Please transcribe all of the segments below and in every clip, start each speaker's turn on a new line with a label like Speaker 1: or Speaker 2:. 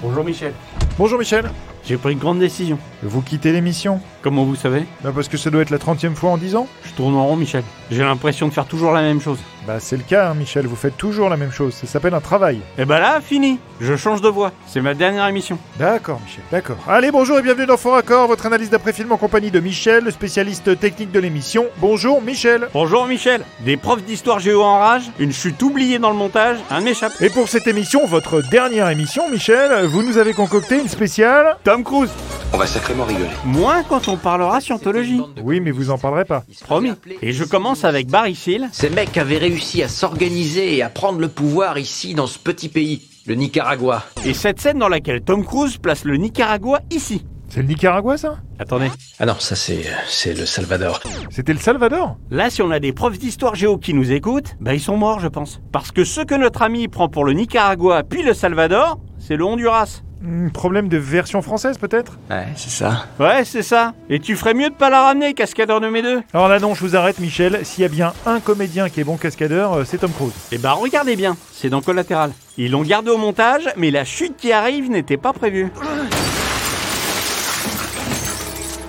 Speaker 1: Bonjour Michel.
Speaker 2: Bonjour Michel,
Speaker 1: J'ai pris une grande décision.
Speaker 2: vous quittez l'émission
Speaker 1: Comment vous savez
Speaker 2: Bah parce que ça doit être la 30 fois en 10 ans
Speaker 1: Je tourne en rond Michel. J'ai l'impression de faire toujours la même chose.
Speaker 2: Bah c'est le cas hein, Michel, vous faites toujours la même chose, ça s'appelle un travail.
Speaker 1: Et bah là, fini. Je change de voix. C'est ma dernière émission.
Speaker 2: D'accord Michel, d'accord. Allez bonjour et bienvenue dans Fort Accord, votre analyse d'après-film en compagnie de Michel, le spécialiste technique de l'émission. Bonjour Michel
Speaker 1: Bonjour Michel. Des profs d'histoire géo en rage, une chute oubliée dans le montage, un m'échappe.
Speaker 2: Et pour cette émission, votre dernière émission Michel, vous nous avez concocté une spéciale
Speaker 1: Tom Cruise.
Speaker 3: On va sacrément rigoler.
Speaker 1: Moins quand on parlera scientologie.
Speaker 2: Oui mais vous en parlerez pas.
Speaker 1: Promis. Et je commence avec Barry Seal.
Speaker 4: Ces mecs avaient réussi à s'organiser et à prendre le pouvoir ici dans ce petit pays, le Nicaragua.
Speaker 1: Et cette scène dans laquelle Tom Cruise place le Nicaragua ici.
Speaker 2: C'est le Nicaragua ça
Speaker 1: Attendez.
Speaker 4: Ah non, ça c'est c'est le Salvador.
Speaker 2: C'était le Salvador
Speaker 1: Là, si on a des profs d'histoire géo qui nous écoutent, bah ils sont morts, je pense. Parce que ce que notre ami prend pour le Nicaragua puis le Salvador, c'est le Honduras.
Speaker 2: Hmm, Problème de version française peut-être
Speaker 4: Ouais, c'est ça.
Speaker 1: Ouais, c'est ça. Et tu ferais mieux de pas la ramener, cascadeur de mes deux.
Speaker 2: Alors là non, je vous arrête Michel, s'il y a bien un comédien qui est bon cascadeur, euh, c'est Tom Cruise.
Speaker 1: Eh ben, regardez bien, c'est dans Collatéral. Ils l'ont gardé au montage, mais la chute qui arrive n'était pas prévue.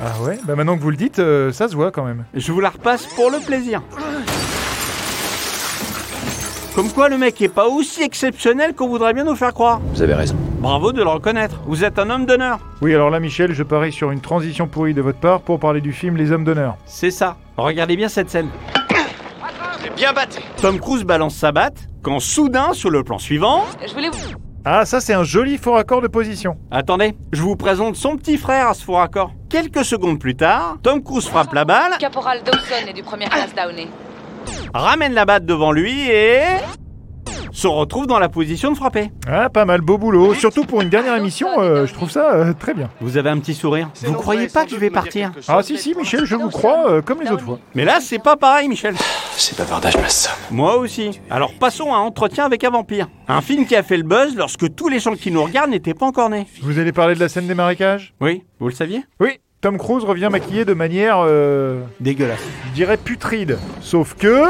Speaker 2: Ah ouais Bah maintenant que vous le dites, euh, ça se voit quand même.
Speaker 1: Je vous la repasse pour le plaisir. Comme quoi, le mec est pas aussi exceptionnel qu'on voudrait bien nous faire croire.
Speaker 4: Vous avez raison.
Speaker 1: Bravo de le reconnaître. Vous êtes un homme d'honneur.
Speaker 2: Oui, alors là, Michel, je parie sur une transition pourrie de votre part pour parler du film Les Hommes d'honneur.
Speaker 1: C'est ça. Regardez bien cette scène. C'est bien batté. Tom Cruise balance sa batte quand soudain, sur le plan suivant,
Speaker 5: Je voulais vous...
Speaker 2: Ah, ça, c'est un joli faux raccord de position.
Speaker 1: attendez, je vous présente son petit frère à ce faux raccord. Quelques secondes plus tard, Tom Cruise frappe la balle,
Speaker 5: Caporal Dawson est du premier classe Downey.
Speaker 1: ramène la batte devant lui et se retrouve dans la position de frapper.
Speaker 2: Ah, pas mal, beau boulot. Surtout pour une dernière émission, euh, je trouve ça euh, très bien.
Speaker 1: Vous avez un petit sourire. Vous croyez pas que je vais partir
Speaker 2: Ah, si, si, Michel, je vous crois, euh, comme les autres fois.
Speaker 1: Mais là, c'est pas pareil, Michel.
Speaker 3: C'est bavardage, masse.
Speaker 1: Moi aussi. Alors passons à Entretien avec un vampire. Un film qui a fait le buzz lorsque tous les gens qui nous regardent n'étaient pas encore nés.
Speaker 2: Vous allez parler de la scène des marécages
Speaker 1: Oui, vous le saviez
Speaker 2: Oui. Tom Cruise revient maquillé de manière, euh,
Speaker 1: Dégueulasse.
Speaker 2: je dirais, putride. Sauf que...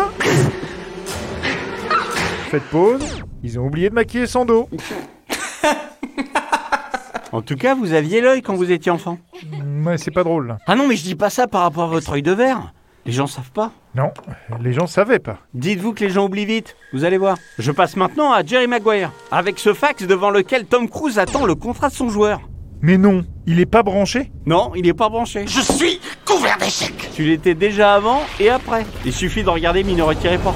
Speaker 2: Faites pause. Ils ont oublié de maquiller son dos.
Speaker 1: En tout cas, vous aviez l'œil quand vous étiez enfant.
Speaker 2: Mais c'est pas drôle. là.
Speaker 1: Ah non, mais je dis pas ça par rapport à votre œil de verre. Les gens savent pas.
Speaker 2: Non, les gens savaient pas.
Speaker 1: Dites-vous que les gens oublient vite, vous allez voir. Je passe maintenant à Jerry Maguire, avec ce fax devant lequel Tom Cruise attend le contrat de son joueur.
Speaker 2: Mais non, il est pas branché
Speaker 1: Non, il est pas branché.
Speaker 3: Je suis couvert d'échecs.
Speaker 1: Tu l'étais déjà avant et après. Il suffit de regarder Minority Report.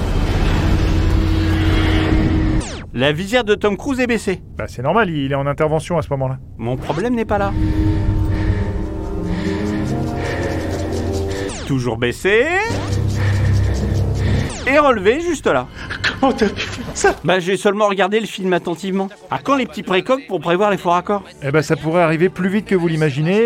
Speaker 1: La visière de Tom Cruise est baissée.
Speaker 2: Bah c'est normal, il est en intervention à ce moment-là.
Speaker 1: Mon problème n'est pas là. Toujours baissé. Et relevé juste là.
Speaker 3: Comment t'as pu faire ça
Speaker 1: Bah j'ai seulement regardé le film attentivement. À quand les petits précoques pour prévoir les faux raccords
Speaker 2: Eh ben ça pourrait arriver plus vite que vous l'imaginez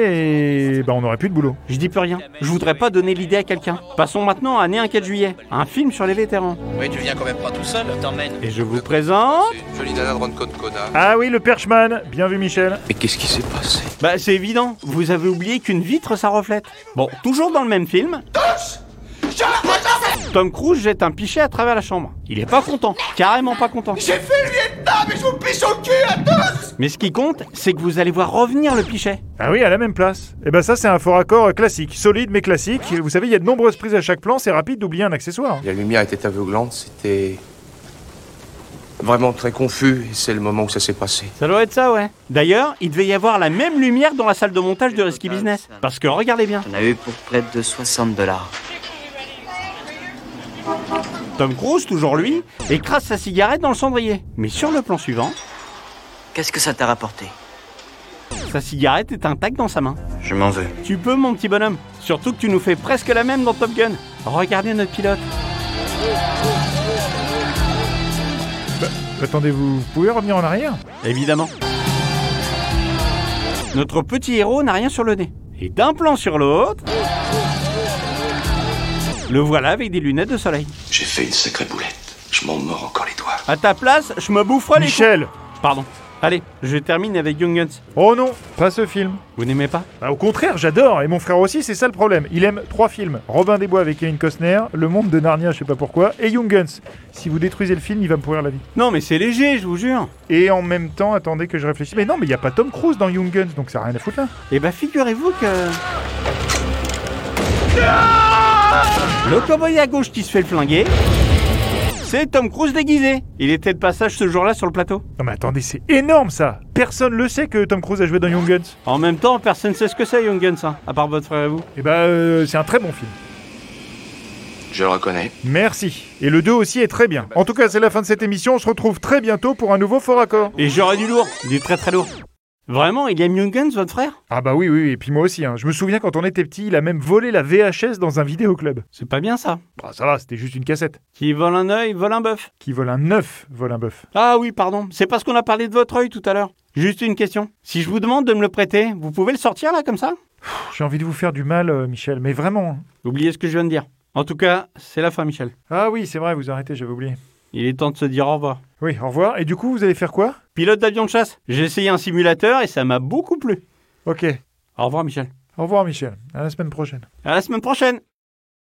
Speaker 2: et bah on n'aurait plus de boulot.
Speaker 1: Je dis plus rien. Je voudrais pas donner l'idée à quelqu'un. Passons maintenant à Né un 4 juillet, un film sur les vétérans.
Speaker 6: Oui, tu viens quand même pas tout seul. Je t'emmène.
Speaker 1: Et je vous présente...
Speaker 7: C'est une jolie nana de Roncon Kona.
Speaker 2: Ah oui, le perchman Bien vu Michel.
Speaker 3: Mais qu'est-ce qui s'est passé
Speaker 1: Bah c'est évident, vous avez oublié qu'une vitre ça reflète. Bon, toujours dans le même film... Tom Cruise jette un pichet à travers la chambre. Il est pas content, carrément pas content.
Speaker 7: J'ai fait le Vietnam et je vous pisse au cul à tous
Speaker 1: Mais ce qui compte, c'est que vous allez voir revenir le pichet.
Speaker 2: Ah oui, à la même place. Eh ben ça c'est un fort accord classique, solide mais classique. Vous savez, il y a de nombreuses prises à chaque plan, c'est rapide d'oublier un accessoire.
Speaker 7: La lumière était aveuglante, c'était vraiment très confus et c'est le moment où ça s'est passé.
Speaker 1: Ça doit être ça, ouais. D'ailleurs, il devait y avoir la même lumière dans la salle de montage de Risky Business. Parce que regardez bien,
Speaker 8: On a eu pour près de 60 dollars.
Speaker 1: Tom Cruise, toujours lui, écrase sa cigarette dans le cendrier. Mais sur le plan suivant,
Speaker 8: Qu'est-ce que ça t'a rapporté
Speaker 1: sa cigarette est intacte dans sa main.
Speaker 8: Je m'en veux.
Speaker 1: Tu peux, mon petit bonhomme. Surtout que tu nous fais presque la même dans Top Gun. Regardez notre pilote.
Speaker 2: Attendez, vous pouvez revenir en arrière
Speaker 1: Évidemment. Notre petit héros n'a rien sur le nez. Et d'un plan sur l'autre, le voilà avec des lunettes de soleil.
Speaker 3: J'ai fait une sacrée boulette. Je m'en mords encore les doigts.
Speaker 1: À ta place, je me boufferai les
Speaker 2: Michel
Speaker 1: Pardon. Allez, je termine avec Young Guns.
Speaker 2: Oh non, pas ce film.
Speaker 1: Vous n'aimez pas
Speaker 2: Ah, au contraire, j'adore, et mon frère aussi, c'est ça le problème. Il aime trois films Robin des Bois avec Kevin Costner, Le Monde de Narnia, je sais pas pourquoi, et Young Guns. Si vous détruisez le film, il va me pourrir la vie.
Speaker 1: Non, mais c'est léger, je vous jure.
Speaker 2: Et en même temps, attendez que je réfléchisse. Mais non, mais il y a pas Tom Cruise dans Young Guns, donc ça a rien à foutre là.
Speaker 1: Eh ben, figurez-vous que. Le cowboy à gauche qui se fait le flinguer. C'est Tom Cruise déguisé. Il était de passage ce jour-là sur le plateau.
Speaker 2: Non, mais attendez, c'est énorme ça Personne le sait que Tom Cruise a joué dans Young Guns.
Speaker 1: En même temps, personne ne sait ce que c'est, Young Guns, hein, à part votre frère et vous.
Speaker 2: Et bah, euh, c'est un très bon film.
Speaker 7: Je le reconnais.
Speaker 2: Merci. Et le 2 aussi est très bien. En tout cas, c'est la fin de cette émission. On se retrouve très bientôt pour un nouveau Fort Accord.
Speaker 1: Et j'aurais du lourd, du très très lourd. Vraiment, il aime Young Guns, votre frère
Speaker 2: Ah bah oui, oui, oui. et puis moi aussi. hein. Je me souviens quand on était petit, il a même volé la VHS dans un vidéoclub.
Speaker 1: C'est pas bien ça.
Speaker 2: Bah ça va, c'était juste une cassette.
Speaker 1: Qui vole un œil, vole un bœuf.
Speaker 2: Qui vole un œuf, vole un bœuf.
Speaker 1: Ah oui, pardon, c'est parce qu'on a parlé de votre œil tout à l'heure. Juste une question. Si je vous demande de me le prêter, vous pouvez le sortir là comme ça
Speaker 2: J'ai envie de vous faire du mal, euh, Michel, mais vraiment.
Speaker 1: Oubliez ce que je viens de dire. En tout cas, c'est la fin, Michel.
Speaker 2: Ah oui, c'est vrai, vous arrêtez, j'avais oublié.
Speaker 1: Il est temps de se dire au revoir.
Speaker 2: Oui, au revoir. Et du coup, vous allez faire quoi
Speaker 1: Pilote d'avion de chasse, j'ai essayé un simulateur et ça m'a beaucoup plu.
Speaker 2: Ok.
Speaker 1: Au revoir, Michel.
Speaker 2: Au revoir, Michel. À la semaine prochaine.
Speaker 1: À la semaine prochaine